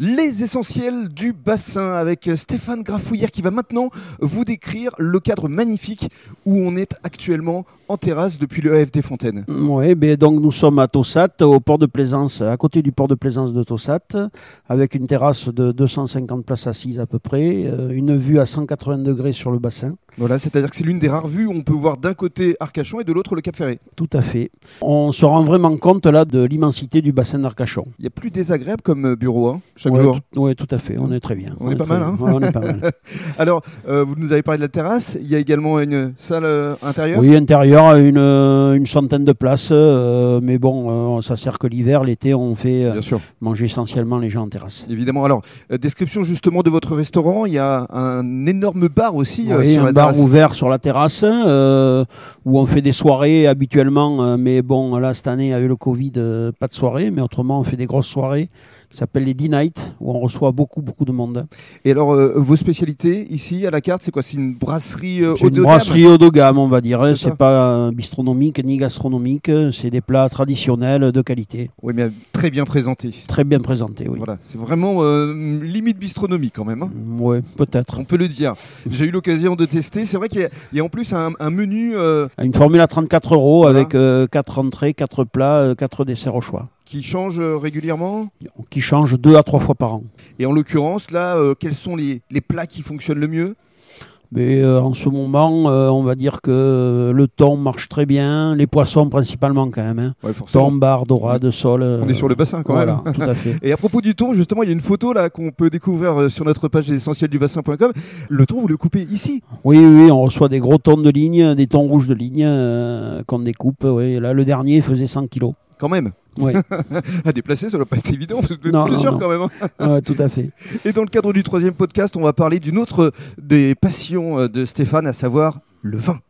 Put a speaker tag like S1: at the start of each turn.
S1: Les essentiels du bassin avec Stéphane Grafouillère qui va maintenant vous décrire le cadre magnifique où on est actuellement en terrasse depuis le AFD Fontaine.
S2: Oui, ben donc nous sommes à Tossat, au port de Plaisance, à côté du port de Plaisance de Tossat, avec une terrasse de 250 places assises à peu près, euh, une vue à 180 degrés sur le bassin.
S1: Voilà, c'est-à-dire que c'est l'une des rares vues où on peut voir d'un côté Arcachon et de l'autre le Cap Ferré.
S2: Tout à fait. On se rend vraiment compte là de l'immensité du bassin d'Arcachon.
S1: Il y a plus désagréable comme bureau hein, chaque
S2: Ouais,
S1: jour.
S2: tout- ouais, tout à fait. On est très bien.
S1: On est pas
S2: très
S1: mal, hein.
S2: bien. Ouais, on est pas mal.
S1: Alors, euh, vous nous avez parlé de la terrasse, il y a également une salle euh, intérieure.
S2: Oui, intérieur, une, euh, une centaine de places. euh, mais bon, euh, ça sert que l'hiver. L'été, on fait euh,
S1: Bien sûr,
S2: manger essentiellement les gens en terrasse.
S1: évidemment. Alors, euh, description justement de votre restaurant, il y a un énorme bar aussi euh,
S2: Oui,
S1: sur
S2: un
S1: la
S2: bar
S1: terrasse.
S2: ouvert sur la terrasse euh, où on fait des soirées habituellement. euh, mais bon, là, cette année, avec le Covid, euh, pas de soirée. Mais autrement, on fait des grosses soirées qui s'appellent les D-Night où on reçoit beaucoup, beaucoup de monde.
S1: Et alors, euh, vos spécialités ici à la carte, c'est quoi C'est une brasserie euh,
S2: C'est
S1: haut de
S2: une
S1: gamme
S2: brasserie haut de gamme, on va dire.
S1: C'est ça.
S2: C'est pas euh, bistronomique ni gastronomique. C'est des plats traditionnels de qualité,
S1: Oui, mais très bien présentée.
S2: très bien présentés. Oui.
S1: Voilà, c'est vraiment euh, limite bistronomie quand même. hein.
S2: Mm, Ouais, peut-être.
S1: On peut le dire. J'ai eu l'occasion de tester. C'est vrai qu'il y a- il y, a en plus un, un menu euh,
S2: Une formule à 34 euros
S1: Voilà.
S2: avec 4 entrées, 4 plats, 4 desserts au choix,
S1: qui change euh, régulièrement.
S2: qui change 2 à 3 fois par an.
S1: Et en l'occurrence, là, euh, quels sont les, les plats qui fonctionnent le mieux
S2: Mais euh, en ce moment, euh, on va dire que le thon marche très bien, les poissons principalement quand même. Hein.
S1: Ouais,
S2: Thon, bar, dorade, sol. euh,
S1: Mm. On est sur le bassin quand
S2: Voilà,
S1: même.
S2: tout à fait.
S1: Et à propos du thon, justement, il y a une photo là qu'on peut découvrir euh, sur notre page des essentielsdubassin.com. Le thon, vous le coupez ici.
S2: Oui, oui, oui, on reçoit des gros tons de ligne, des tons rouges de ligne euh, qu'on découpe. Oui. Là, le dernier faisait 100 kilos.
S1: Quand même,
S2: Oui,
S1: à déplacer, ça doit pas être évident, vous êtes
S2: Non,
S1: plus
S2: non,
S1: sûr
S2: non.
S1: quand même. hein.
S2: ouais, tout à fait.
S1: Et dans le cadre du troisième podcast, on va parler d'une autre des passions euh, de Stéphane, à savoir le vin.